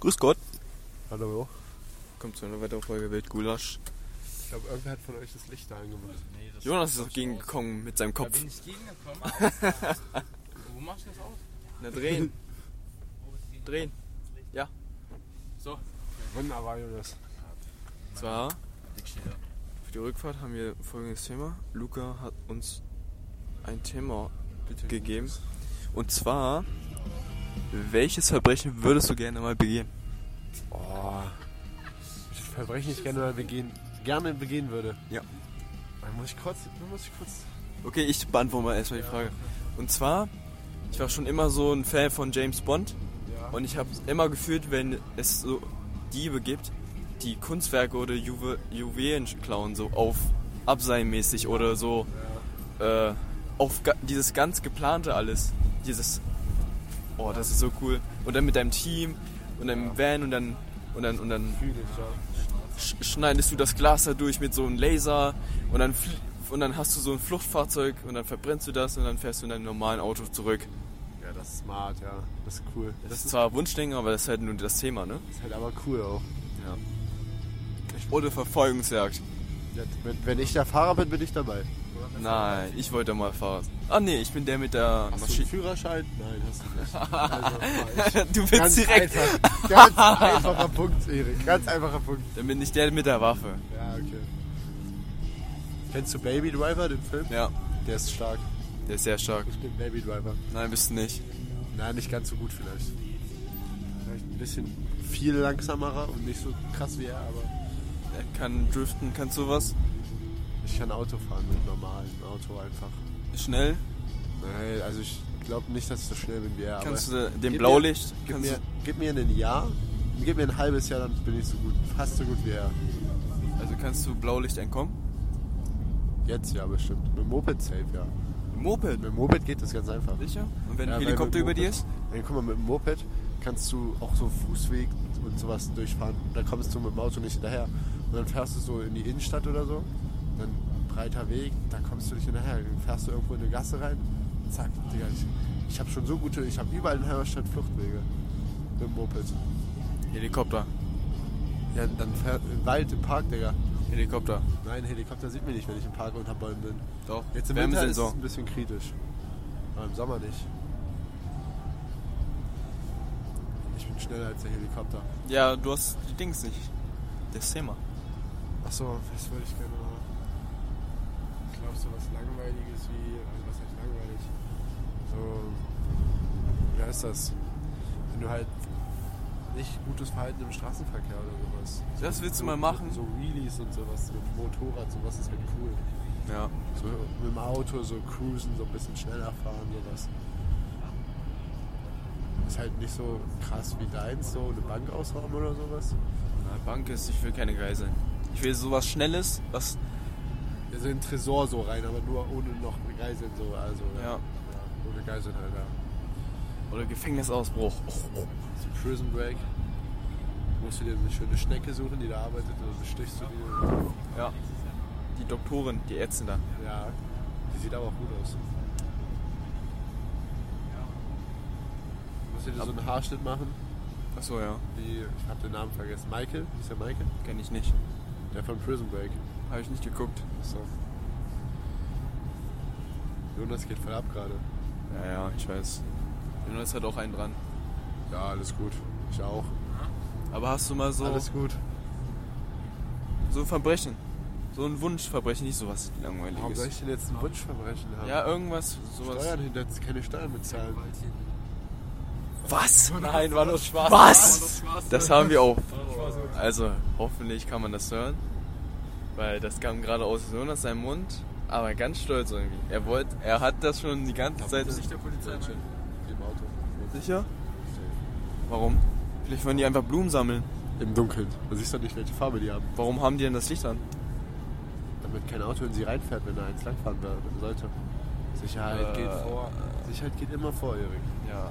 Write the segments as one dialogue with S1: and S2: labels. S1: Grüß Gott.
S2: Hallo.
S1: Kommt zu einer weiteren Folge Wildgulasch.
S2: Ich glaube, irgendwer hat von euch das Licht da angemacht.
S1: Jonas ist auch gegengekommen mit seinem
S3: Da
S1: Kopf.
S3: bin ich gegengekommen. aber- Wo machst du das aus?
S1: Na, drehen. drehen.
S3: So.
S2: Wunderbar, Jonas.
S1: Zwar,
S3: Dick steht da.
S1: für die Rückfahrt haben wir folgendes Thema. Luca hat uns ein Thema gegeben. Und zwar, welches Verbrechen würdest du gerne mal begehen?
S2: Oh. Das Verbrechen ich gerne mal begehen, gerne begehen würde.
S1: Ja.
S2: Dann muss ich kurz, dann muss ich kurz.
S1: Okay, ich beantworte mal erstmal die Frage. Und zwar, ich war schon immer so ein Fan von James Bond.
S2: Ja.
S1: Und ich habe immer gefühlt, wenn es so Diebe gibt, die Kunstwerke oder Juwe Juwelen klauen, so auf Abseimäßig oder so äh, auf ga dieses ganz geplante alles. Dieses, oh, das ist so cool. Und dann mit deinem Team und deinem Van und dann und dann und dann
S2: Fühle ich, ja.
S1: sch schneidest du das Glas da durch mit so einem Laser und dann flie- und dann hast du so ein Fluchtfahrzeug und dann verbrennst du das und dann fährst du in deinem normalen Auto zurück.
S2: Ja, das ist smart, ja. Das ist cool.
S1: Das ist zwar Wunschdenken, aber das ist halt nur das Thema, ne?
S2: Das ist halt aber cool auch.
S1: Ja. Oder Verfolgungsjagd.
S2: Ja, wenn- wenn ich der Fahrer bin, bin ich dabei.
S1: Nein, ich wollte mal fahren. Ah nee, ich bin der mit der
S2: Hast du einen
S1: Maschine.
S2: Führerschein? Nein, hast du nicht. Also, fahr ich.
S1: Du bist direkt.
S2: Einfach, ganz einfacher Punkt, Erik. Ganz einfacher Punkt.
S1: Dann bin ich der mit der Waffe.
S2: Ja, okay. Kennst du Baby Driver, den Film?
S1: Ja,
S2: Der ist stark.
S1: der ist sehr stark.
S2: Ich bin Baby Driver.
S1: Nein, bist du nicht.
S2: Nein, nicht ganz so gut vielleicht. Vielleicht ein bisschen viel langsamerer und nicht so krass wie er, aber
S1: Er kann driften, kannst du was?
S2: ich kann Auto fahren mit normalem Auto einfach.
S1: Schnell?
S2: Nein, also ich glaube nicht, dass ich so schnell bin wie er.
S1: Kannst
S2: aber
S1: du dem
S2: gib
S1: Blaulicht?
S2: Mir, gib,
S1: kannst
S2: mir, gib mir ein Jahr, gib mir ein halbes Jahr, dann bin ich so gut, fast so gut wie er.
S1: du, also kannst du Blaulicht entkommen?
S2: Jetzt ja bestimmt. Mit dem Moped safe, ja.
S1: Moped.
S2: Mit dem Moped geht das ganz einfach.
S1: Sicher? Und wenn
S2: Ja,
S1: ein
S2: weil
S1: Helikopter
S2: mit dem
S1: über dir
S2: Moped-
S1: ist?
S2: Dann guck mal, mit dem Moped kannst du auch so Fußweg und sowas durchfahren. Da kommst du mit dem Auto nicht hinterher. Und dann fährst du so in die Innenstadt oder so. Dann breiter Weg, da kommst du nicht hinterher. Dann fährst du irgendwo in eine Gasse rein. Zack, Digga. Ich, ich habe schon so gute, ich habe überall in Heimatstadt Fluchtwege. Mit dem Moped.
S1: Helikopter.
S2: Ja, dann fährt im Wald, im Park, Digga.
S1: Helikopter.
S2: Nein, Helikopter sieht mir nicht, wenn ich im Park unter Bäumen bin.
S1: Doch.
S2: Jetzt im Winter ist es ein bisschen kritisch. Aber im Sommer nicht. Ich bin schneller als der Helikopter.
S1: Ja, du hast die Dings nicht. Das Thema.
S2: Achso, was würde ich gerne machen? Ich glaube, so was Langweiliges wie. Also, was heißt langweilig? So. Wie heißt das? Wenn du halt nicht gutes Verhalten im Straßenverkehr oder sowas.
S1: Das willst du mal
S2: So-
S1: machen?
S2: So Wheelies und sowas mit Motorrad, sowas ist halt cool.
S1: Ja.
S2: So mit dem Auto so cruisen, so ein bisschen schneller fahren, sowas. Ist halt nicht so krass wie deins, so eine Bank ausrauben oder sowas.
S1: Na, Bank ist, ich will keine Geiseln. Ich will sowas Schnelles, was.
S2: Also in den Tresor so rein, aber nur ohne noch eine Geiseln so, also.
S1: Ja.
S2: ohne Geiseln halt, ja.
S1: Oder Gefängnisausbruch. Oh,
S2: So Prison Break. Musst du dir eine schöne Schnecke suchen, die da arbeitet, oder so stichst du die.
S1: oh. Ja. Die Doktorin, die Ärztin da.
S2: Ja. Die sieht aber auch gut aus. Musst du dir so einen Haarschnitt machen,
S1: Achso, ja.
S2: wie, ich hab den Namen vergessen, Michael, ist der Michael?
S1: Kenn ich nicht.
S2: Der von Prison Break.
S1: Habe ich nicht geguckt.
S2: So. Jonas geht voll ab gerade.
S1: Ja, ja, ich weiß. Jonas hat auch einen dran.
S2: Ja, alles gut. Ich auch.
S1: Aber hast du mal so,
S2: Alles gut.
S1: so ein Verbrechen? So ein Wunschverbrechen, nicht sowas
S2: Warum soll ich
S1: langweiliges.
S2: denn jetzt ein Wunschverbrechen haben?
S1: Ja, irgendwas, sowas.
S2: Steuern hinter keine Steuern bezahlen.
S1: Was? Nein, war nur Spaß.
S3: War nur Spaß.
S1: Was? Das haben wir auch. Also, hoffentlich kann man das hören. Weil das kam gerade aus Jonas seinem Mund, aber ganz stolz irgendwie. Er wollte, er hat das schon die ganze Zeit.
S3: der Polizei.
S2: Im Auto.
S1: Sicher? Warum? Vielleicht wollen die einfach Blumen sammeln.
S2: Im Dunkeln. Du siehst doch nicht, welche Farbe die haben.
S1: Warum haben die denn das Licht an?
S2: Damit kein Auto in sie reinfährt, wenn da eins langfahren wer- sollte. Sicherheit
S1: Äh,
S2: geht vor. Sicherheit geht immer vor, Erik.
S1: Ja.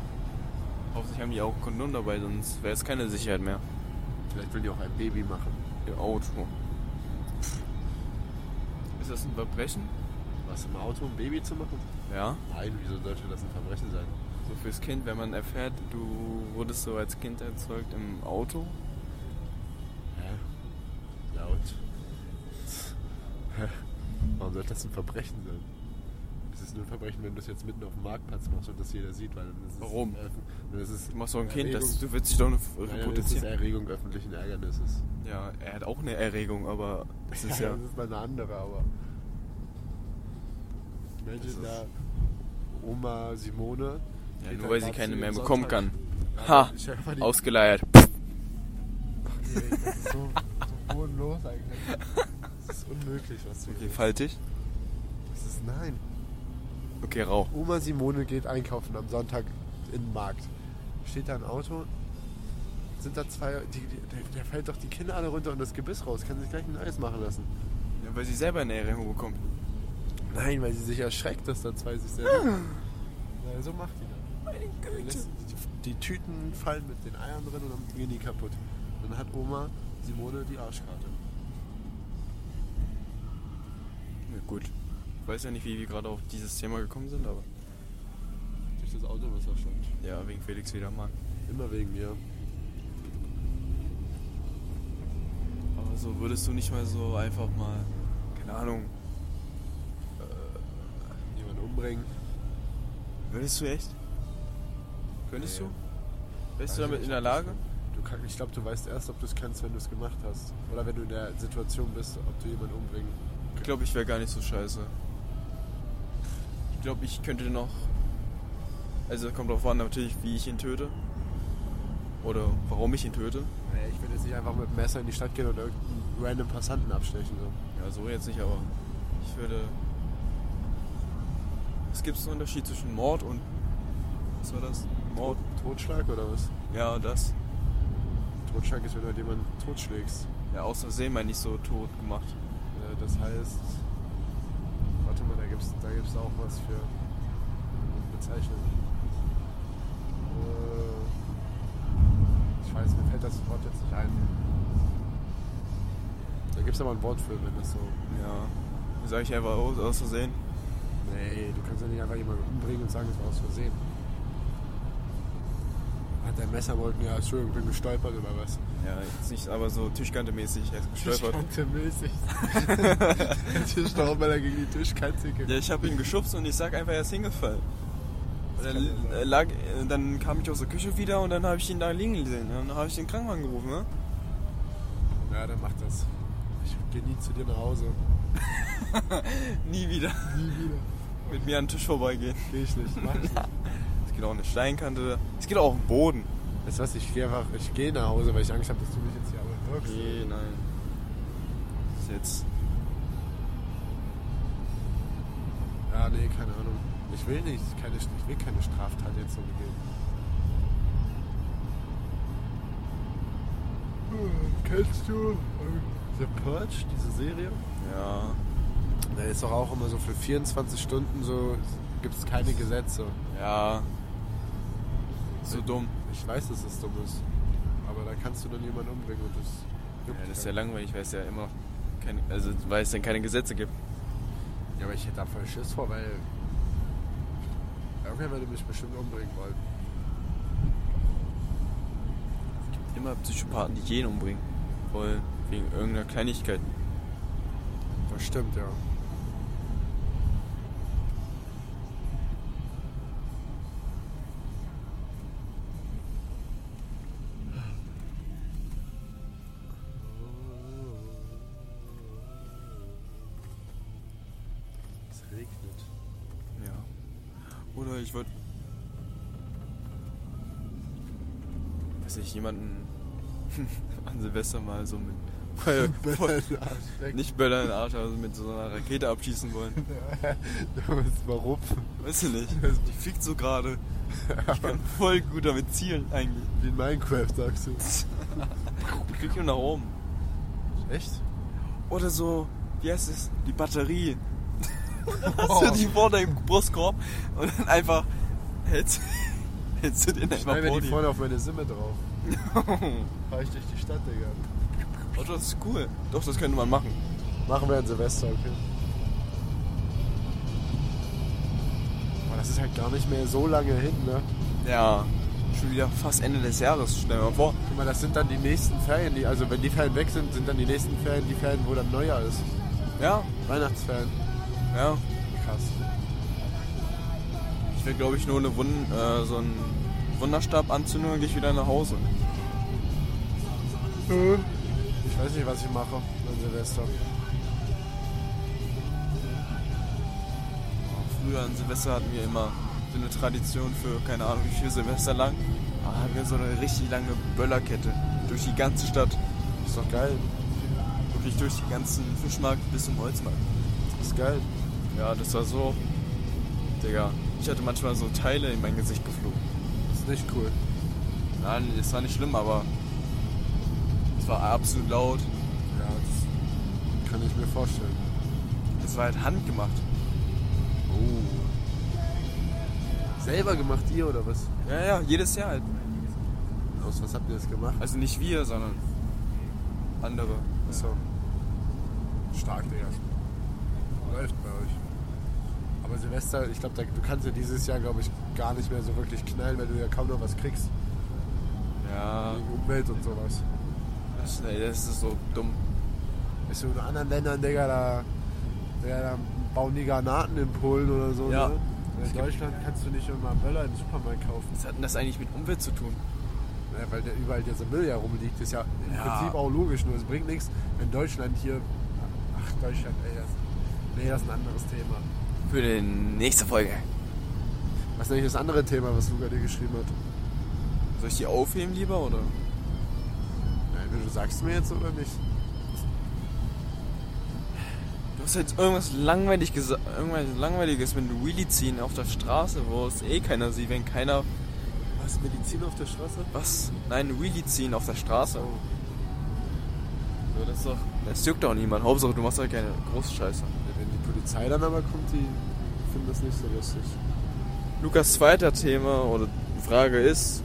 S1: Hoffentlich haben die auch Kondom dabei, sonst wäre es keine Sicherheit mehr.
S2: Vielleicht will die auch ein Baby machen.
S1: Im Auto. Pff. Ist das ein Verbrechen?
S2: Was im Auto, um Baby zu machen?
S1: Ja,
S2: Nein, wieso sollte das ein Verbrechen sein?
S1: so fürs Kind, wenn man erfährt, du wurdest so als Kind erzeugt im Auto.
S2: Hä? Ja und? Hä? Warum sollte das ein Verbrechen sein? Es ist nur ein Verbrechen, wenn du es jetzt mitten auf dem Marktplatz machst und das jeder sieht, weil dann ist es.
S1: Warum?
S2: Dann ist es
S1: Du machst so ein Kind, das,
S2: Erregung-
S1: du wirst dich doch nicht
S2: Nein, dann ist es
S1: reproduzieren.
S2: Erregung öffentlichen Ärgernisses.
S1: Ja, er hat auch eine Erregung, aber das ist ja.
S2: das ist mal eine andere, aber.
S1: Das
S2: Imagine
S1: ist-
S2: da Oma Simone.
S1: Ja,
S2: geht
S1: nur
S2: dann
S1: weil sie
S2: ab
S1: keine
S2: zu
S1: mehr
S2: ihrem
S1: bekommen
S2: Sonntag.
S1: kann.
S2: Ja,
S1: Ha!
S2: ich hör mal die-
S1: Ausgeleiert.
S2: Das ist so, so bodenlos eigentlich. Das ist unmöglich, was du
S1: Okay,
S2: hier
S1: faltig.
S2: Das ist nein.
S1: Okay, rauch.
S2: Oma Simone geht einkaufen am Sonntag in den Markt. Steht da ein Auto, sind da zwei, die, die, der, der fällt doch die Kinder alle runter und das Gebiss raus, kann sich gleich ein Eis machen lassen.
S1: Ja, weil sie selber eine Erregung bekommt.
S2: Nein, weil sie sich erschreckt, dass da zwei sich selber. Na, so macht die das. Die lässt- Die, die Tüten fallen mit den Eiern drin und dann gehen die kaputt. Dann hat Oma Simone die Arschkarte.
S1: Ja, gut. Ich weiß ja nicht, wie wir gerade auf dieses Thema gekommen sind, aber.
S2: Durch das Auto, was da stand.
S1: Ja, wegen Felix wieder mal.
S2: Immer wegen mir.
S1: Aber so würdest du nicht mal so einfach mal. Keine Ahnung.
S2: Jemand umbringen.
S1: Würdest du echt? Könntest
S2: Nee.
S1: du? Wärst du
S2: Also,
S1: damit
S2: ich
S1: in der
S2: hab das
S1: Lage?
S2: ge- Du, kann- ich glaube, du weißt erst, ob du es kannst, wenn du es gemacht hast. Oder wenn du in der Situation bist, ob du jemanden umbringen.
S1: Ich glaube, ich wäre gar nicht so scheiße. Ich glaube, ich könnte noch. Also kommt drauf an natürlich, wie ich ihn töte. Oder warum ich ihn töte.
S2: Naja, ich würde jetzt nicht einfach mit dem Messer in die Stadt gehen und irgendeinen random Passanten abstechen. So.
S1: Ja, so jetzt nicht, aber ich würde. Es gibt einen Unterschied zwischen Mord und. Was war das? Mord.
S2: Totschlag oder was?
S1: Ja, das.
S2: Totschlag ist, wenn du halt jemanden totschlägst.
S1: Ja, aus Versehen mal nicht so tot gemacht.
S2: Ja, das heißt. Warte mal, da gibt es da gibt's auch was für eine Bezeichnung. Äh, Ich weiß, mir fällt das Wort jetzt nicht ein. Da gibt es aber ein Wort für, wenn das so
S1: Ja. Sag ich einfach aus, aus Versehen.
S2: Nee, du kannst ja nicht einfach jemanden umbringen und sagen, es war aus Versehen. Hat dein Messer wollten, ja, Entschuldigung, bin gestolpert oder was?
S1: Ja, jetzt nicht, aber so Tischkante-mäßig. Er ist gestolpert.
S2: mäßig. Tischdorben, weil er gegen die Tischkante geht.
S1: Ja, ich habe ihn geschubst und ich sag einfach, er ist hingefallen. Und
S2: Das
S1: dann,
S2: kann ja sein.
S1: äh, lag, äh, dann kam ich aus der Küche wieder und dann habe ich ihn da liegen sehen. Und dann habe ich den Krankenwagen gerufen. Ne?
S2: Ja, dann mach das. Ich geh nie zu dir nach Hause.
S1: Nie wieder
S2: Nie wieder.
S1: mit mir an den Tisch vorbeigehen.
S2: Geh ich nicht, mach ich nicht.
S1: Es geht auch eine Steinkante. Es geht auch auf den Boden.
S2: Weißt du was, ich geh einfach, ich geh nach Hause, weil ich Angst habe, dass du mich jetzt hier aber wirkst.
S1: nein. Das ist jetzt.
S2: Ja, nee, keine Ahnung. Ich will nicht, keine, ich will keine Straftat jetzt so begehen. Hm, Kennst du ähm, The Purge, diese Serie?
S1: Ja.
S2: Da ist doch auch immer so für 24 Stunden so, gibt es keine Gesetze.
S1: Ja. So dumm.
S2: Ich weiß, dass das dumm ist, aber da kannst du dann jemanden umbringen und das
S1: Ja,
S2: juckt
S1: das ist ja
S2: keinen.
S1: langweilig, weil es ja immer. Keine, also, weil es dann keine Gesetze gibt.
S2: Ja, aber ich hätte da voll Schiss vor, weil irgendwer würde mich bestimmt umbringen wollen.
S1: Immer Psychopathen, die jeden umbringen wollen. Wegen irgendeiner Kleinigkeit.
S2: Das stimmt, ja. Es regnet.
S1: Ja. Oder ich würde. Weiß nicht, jemanden an Silvester mal so mit. Voll, voll, nicht Böller in den Arsch, aber so mit so einer Rakete abschießen wollen.
S2: Du bist mal rupfen.
S1: Weißt du nicht? Die fliegt so gerade. Ich kann voll gut damit zielen eigentlich.
S2: Wie in Minecraft, sagst du.
S1: Die fliegt nur nach oben.
S2: Echt?
S1: Oder so, wie heißt es? Die Batterie. Hast du die vor deinem Brustkorb und dann einfach hältst, hältst du den
S2: Ich
S1: einfach
S2: schneide mir
S1: vor
S2: die
S1: dir.
S2: vorne auf meine Simme drauf. Fahr ich durch die Stadt, Digga.
S1: Oh, das ist cool. Doch, das könnte man machen.
S2: Machen wir an Silvester, okay? das ist halt gar nicht mehr so lange hin, ne?
S1: Ja, schon wieder fast Ende des Jahres, stell dir mal vor.
S2: Guck mal, das sind dann die nächsten Ferien, die, also wenn die Ferien weg sind, sind dann die nächsten Ferien die Ferien, wo dann Neujahr ist.
S1: Ja,
S2: Weihnachtsferien.
S1: ja.
S2: Krass.
S1: Ich will, glaube ich, nur eine Wund äh, so einen Wunderstab anzünden und gehe ich wieder nach Hause.
S2: Ich weiß nicht, was ich mache an Silvester.
S1: Früher an Silvester hatten wir immer so eine Tradition für keine Ahnung wie viel Silvester lang. Da hatten wir so eine richtig lange Böllerkette durch die ganze Stadt.
S2: Ist doch geil.
S1: Wirklich durch den ganzen Fischmarkt bis zum Holzmarkt.
S2: Ist geil.
S1: Ja, das war so. Digga, ich hatte manchmal so Teile in mein Gesicht geflogen.
S2: Ist nicht cool.
S1: Nein, das war nicht schlimm, aber es war absolut laut.
S2: Ja, das kann ich mir vorstellen.
S1: Es war halt handgemacht.
S2: Oh. Selber gemacht ihr oder was?
S1: Ja, ja, jedes Jahr halt.
S2: Aus was habt ihr das gemacht?
S1: Also nicht wir, sondern andere.
S2: Achso.
S4: Stark, Digga. Läuft bei euch.
S2: Aber Silvester, ich glaube, du kannst ja dieses Jahr, glaube ich, gar nicht mehr so wirklich knallen, weil du ja kaum noch was kriegst.
S1: Ja,
S2: Wegen Umwelt und sowas.
S1: das ist- das ist so dumm.
S2: Weißt du, in anderen Ländern, Digga, da, Digga, da bauen die Granaten in Polen oder so.
S1: Ja.
S2: Ne? In Deutschland kannst du nicht immer Böller im Supermarkt kaufen.
S1: Was hat denn das eigentlich mit Umwelt zu tun?
S2: Ja, weil der überall dieser Müll ja rumliegt, ist ja im
S1: Ja.
S2: Prinzip auch logisch. Nur es bringt nichts, wenn Deutschland hier. Ach, Deutschland, ey, das, nee, das ist ein anderes Thema.
S1: Für die nächste Folge.
S2: Was ist eigentlich das andere Thema, was Luca dir geschrieben hat?
S1: Soll ich die aufheben lieber oder?
S2: Nein, du sagst mir jetzt oder nicht?
S1: Du hast jetzt irgendwas, langweilig gesa- irgendwas Langweiliges mit einem Wheelie ziehen auf der Straße, wo es eh keiner sieht, wenn keiner.
S2: Was, Medizin auf der Straße?
S1: Was? Nein, ein Wheelie ziehen auf der Straße.
S2: Oh.
S1: So, das ist doch. Das juckt doch niemand. Hauptsache, du machst halt keine große Scheiße.
S2: Wenn die Polizei dann aber kommt, die finden das nicht so lustig.
S1: Lukas, zweiter Thema oder Frage ist: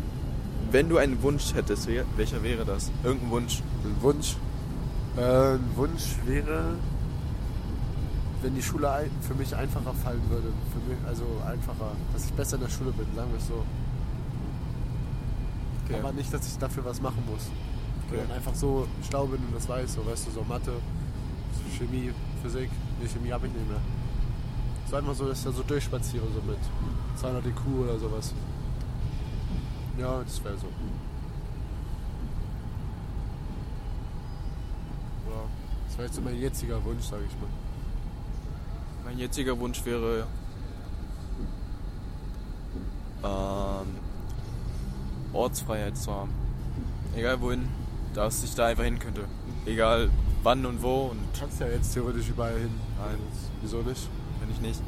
S1: Wenn du einen Wunsch hättest, wer- welcher wäre das? Irgendein Wunsch.
S2: Ein Wunsch? Äh, ein Wunsch wäre, wenn die Schule ein, für mich einfacher fallen würde. Für mich, also einfacher, dass ich besser in der Schule bin, sagen wir es so.
S1: Okay.
S2: Aber nicht, dass ich dafür was machen muss.
S1: Okay.
S2: Sondern einfach so schlau bin und das weiß, so weißt du, so Mathe, so Chemie, Physik. Nee, Chemie habe ich nicht mehr. So einfach so, dass ich da so durchspaziere, so mit 200 EQ oder sowas. Ja, das wäre so. Ja, das wäre jetzt so mein jetziger Wunsch, sage ich mal.
S1: Mein jetziger Wunsch wäre. Ähm, Ortsfreiheit zu haben. Egal wohin, dass ich da einfach hin könnte. Egal wann und wo und
S2: Du kannst ja jetzt theoretisch überall hin.
S1: Nein.
S2: Wieso nicht?
S1: wenn ich nicht.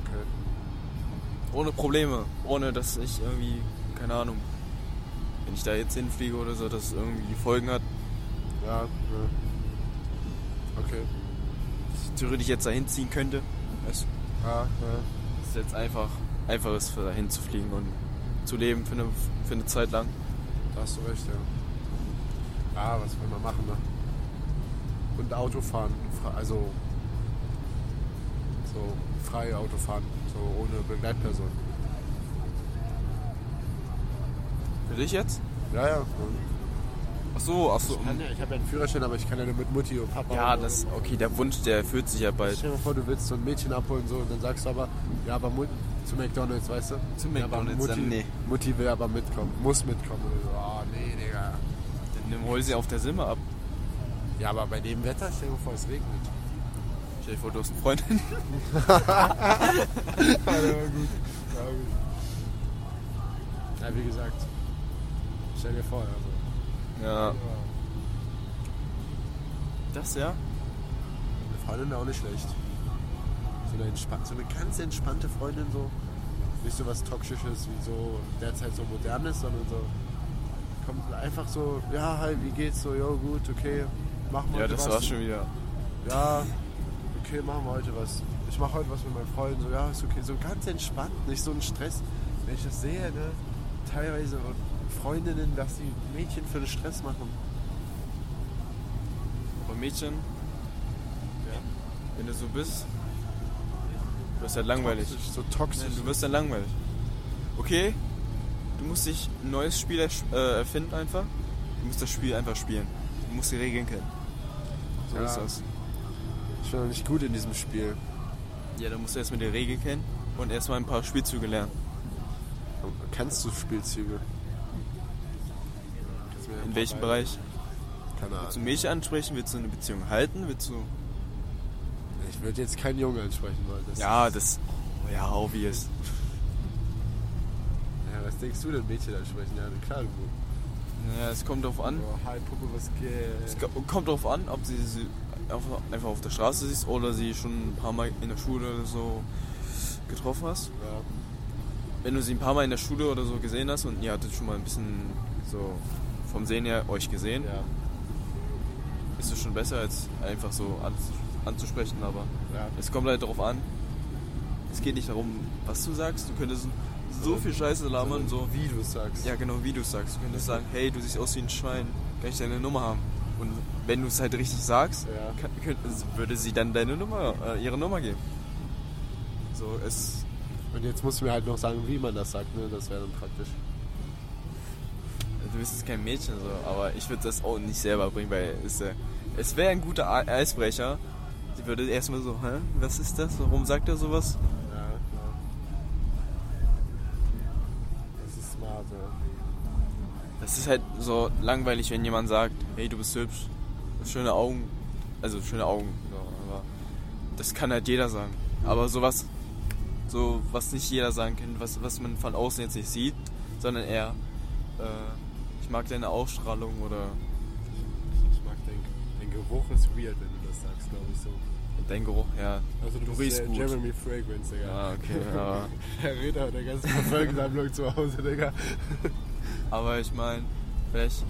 S2: Okay.
S1: Ohne Probleme. Ohne dass ich irgendwie, keine Ahnung, wenn ich da jetzt hinfliege oder so, dass es irgendwie Folgen hat.
S2: Ja, ja. Okay.
S1: dass ich Theoretisch jetzt da hinziehen könnte. Es
S2: Ja, ja.
S1: ist jetzt einfach, einfach ist, da hinzufliegen und zu leben für eine, für eine Zeit lang.
S2: Da hast du recht, ja. Ah, was will man machen, ne? Und Autofahren, fra- also so frei Autofahren, so ohne Begleitperson.
S1: Für dich jetzt?
S2: Ja, ja.
S1: Ach so, ach so. hm.
S2: Ich, kann ja, ich habe ja einen Führerschein, aber ich kann ja nur mit Mutti und Papa.
S1: Ja,
S2: und-
S1: das, halt okay, der Wunsch, der erfüllt sich ja bald.
S2: Stell dir mal vor, du willst so ein Mädchen abholen so, und dann sagst du aber, ja, aber Mut, zu McDonalds, weißt du?
S1: Zu
S2: Ja, aber
S1: McDonald's,
S2: Mutti,
S1: dann nee.
S2: Mutti will aber mitkommen, muss mitkommen. Und so, oh, nee, Digga.
S1: Dann nimm- hol sie auf der Simme ab.
S2: Ja, aber bei dem Wetter, stell dir mal vor, es regnet.
S1: Stell dir vor, du hast eine Freundin.
S2: Ja, der war gut. Der war gut. Ja, wie gesagt, stell dir vor, also.
S1: Ja. Das ja?
S2: Eine Freundin wäre auch nicht schlecht. So eine, entspan- so eine ganz entspannte Freundin, so. Nicht so was Toxisches, wie so derzeit so modern ist, sondern so. Kommt einfach so, ja, hi, wie geht's so, jo, gut, okay, machen wir
S1: Ja,
S2: heute
S1: das
S2: was.
S1: war schon wieder.
S2: Ja, okay, machen wir heute was. Ich mache heute was mit meinen Freunden, so, ja, ist okay, so ganz entspannt, nicht so ein Stress. Wenn ich das sehe, ne, teilweise Freundinnen, was die Mädchen für einen Stress machen.
S1: Aber Mädchen, wenn du so bist, Du wirst halt langweilig.
S5: Toxisch, so toxisch.
S1: Du wirst dann langweilig. Okay, du musst dich ein neues Spiel ersch- äh, erfinden einfach. Du musst das Spiel einfach spielen. Du musst die Regeln kennen. So
S5: Ja.
S1: ist das.
S5: Ich bin noch nicht gut in diesem Spiel.
S1: Ja, dann musst du erstmal die Regeln kennen und erstmal ein paar Spielzüge lernen.
S5: Kannst du Spielzüge?
S2: Kannst du mir
S1: In
S2: einfach
S1: welchem
S2: bei-
S1: Bereich?
S2: Keine
S1: Willst du
S2: Ahnung.
S1: mich ansprechen? Willst du eine Beziehung halten? Willst du.
S5: Ich würde jetzt keinen Jungen ansprechen wollen. Das
S1: Ja, das. Ja, obvious.
S5: Ja, was denkst du denn, Mädchen ansprechen? Ja, klar, du.
S1: Ja, es kommt drauf an.
S5: Oh, hi, Puppe, was
S1: Es
S5: geht?
S1: ko- kommt drauf an, ob sie sie einfach einfach auf der Straße siehst oder sie schon ein paar Mal in der Schule oder so getroffen hast.
S5: Ja.
S1: Wenn du sie ein paar Mal in der Schule oder so gesehen hast und ihr hattet schon mal ein bisschen so vom Sehen her euch gesehen,
S5: Ja.
S1: ist es schon besser als einfach so anz- anzusprechen, aber
S5: Ja.
S1: es kommt halt drauf an. Es geht nicht darum, was du sagst, du könntest so viel Scheiße labern, so
S5: Wie du sagst.
S1: Ja, genau, wie du sagst. Du könntest sagen, hey, du siehst aus wie ein Schwein, kann ich deine Nummer haben? Und wenn du es halt richtig sagst,
S5: Ja.
S1: kann, könnte, würde sie dann deine Nummer, äh, ihre Nummer geben. So, es.
S5: Und jetzt musst du mir halt noch sagen, wie man das sagt, ne? Das wäre dann praktisch.
S1: Du bist jetzt kein Mädchen, so, aber ich würde das auch nicht selber bringen, weil es, äh, es wäre ein guter Ei- Eisbrecher. Sie würde erstmal so, hä, was ist das? Warum sagt er sowas?
S5: Ja, klar. Das ist smart, ja.
S1: Das ist halt so langweilig, wenn jemand sagt, hey, du bist hübsch, schöne Augen, also schöne Augen, so, aber das kann halt jeder sagen. Aber sowas, so was nicht jeder sagen kann, was, was man von außen jetzt nicht sieht, sondern eher, äh, ich mag deine Ausstrahlung oder
S2: Ich mag den, den Geruch ist weird, wenn du das sagst, glaube ich so.
S1: dein Geruch, ja.
S2: Also du,
S1: Du
S2: bist
S1: riechst
S2: der
S1: gut.
S2: Jeremy Fragrance, Digga.
S1: Ja, okay, aber,
S2: Der Ritter der ganzen Verfolgungssammlung zu Hause, Digga.
S1: aber ich meine, vielleicht,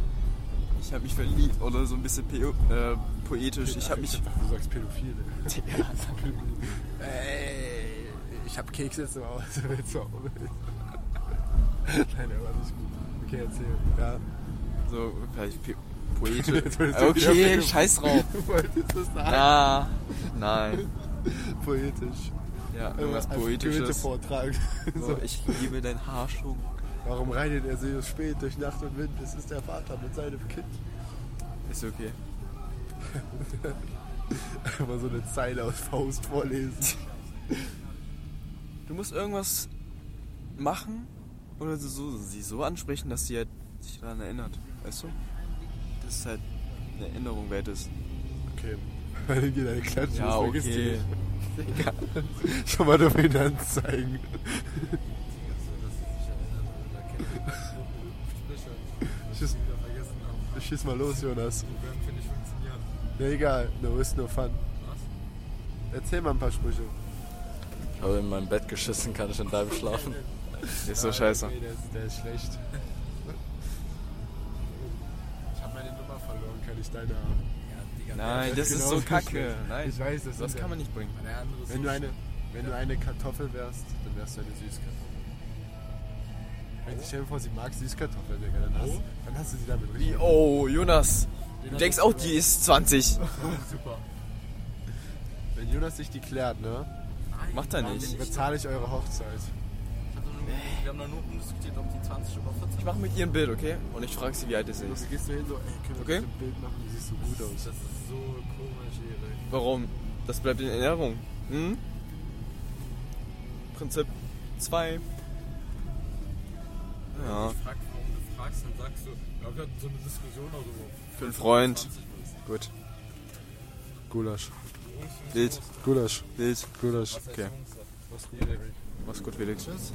S1: ich habe mich verliebt oder so ein bisschen peo- äh, poetisch, ich habe mich,
S2: dachte, du sagst Pädophil, Digga.
S1: Ja. Äh,
S2: Ey, ich hab Kekse zu Hause, willst du auch mit? Nein, der war nicht gut. Okay, erzähl. Ja.
S1: so, vielleicht pe- poetisch.
S2: Jetzt willst du wieder
S1: Okay,
S2: Pädophil.
S1: scheiß drauf.
S2: Du wolltest das sagen.
S1: Ja, nein.
S2: Poetisch.
S1: Ja, irgendwas
S2: Als Goethe
S1: Poetisches.
S2: vortragen.
S1: So, ich liebe dein Haarschwung.
S2: Warum reitet er sich spät durch Nacht und Wind? Es ist der Vater mit seinem Kind.
S1: Ist okay.
S2: Immer so eine Zeile aus Faust vorlesen.
S1: Du musst irgendwas machen oder so, so, sie so ansprechen, dass sie halt sich daran erinnert. Weißt du? Das ist halt eine Erinnerung wert ist.
S2: Okay. Weil du dir deine Klatsche
S1: Ja,
S2: das vergisst
S1: okay.
S2: du nicht. Schon mal dafür Finanzzeigen. Schieß, schieß mal los, Jonas. Ja, egal. No ist no fun. Erzähl mal ein paar Sprüche.
S6: Ich habe in meinem Bett geschissen, kann ich in deinem schlafen.
S1: Ist so scheiße.
S2: der, ist, schlecht. Ich habe meine Nummer verloren, kann ich deine haben.
S1: Nein, das ist so kacke. Nein,
S2: Genau. Ich weiß, das,
S1: das kann man nicht bringen.
S2: Wenn du, eine, wenn du eine Kartoffel wärst, dann wärst du eine Süßkartoffel. Wenn ich stell mir vor, sie mag Süßkartoffeln, Digga, dann hast, dann hast du sie damit richtig.
S1: Oh, Jonas. Du denkst auch, die ist 20.
S5: Wenn Jonas sich die klärt, ne?
S1: Macht er nicht.
S2: Dann bezahle ich eure Hochzeit.
S3: Wir haben doch nur umdiskutiert, ob die 20 oder 40
S1: Ich mache mit ihr ein Bild, okay? Und ich frage sie, wie alt sie
S2: Und
S1: ist.
S2: Also, du gehst du hin so, ey, können wir
S1: Okay.
S2: bitte ein Bild machen, du siehst so gut aus.
S3: Das ist so komisch, Erik.
S1: Warum? Das bleibt in Erinnerung. Hm? Prinzip 2. Ja,
S3: Ich frag, warum du fragst, dann sagst du, ja, wir hatten so eine Diskussion darüber.
S1: für einen Freund.
S3: 20 bist.
S5: Gut. Gulasch.
S1: Bild,
S5: Gulasch.
S1: Bild.
S5: Gulasch.
S3: Was heißt
S1: Okay.
S3: Jungs?
S1: Mach's gut, Felix. Tschüss.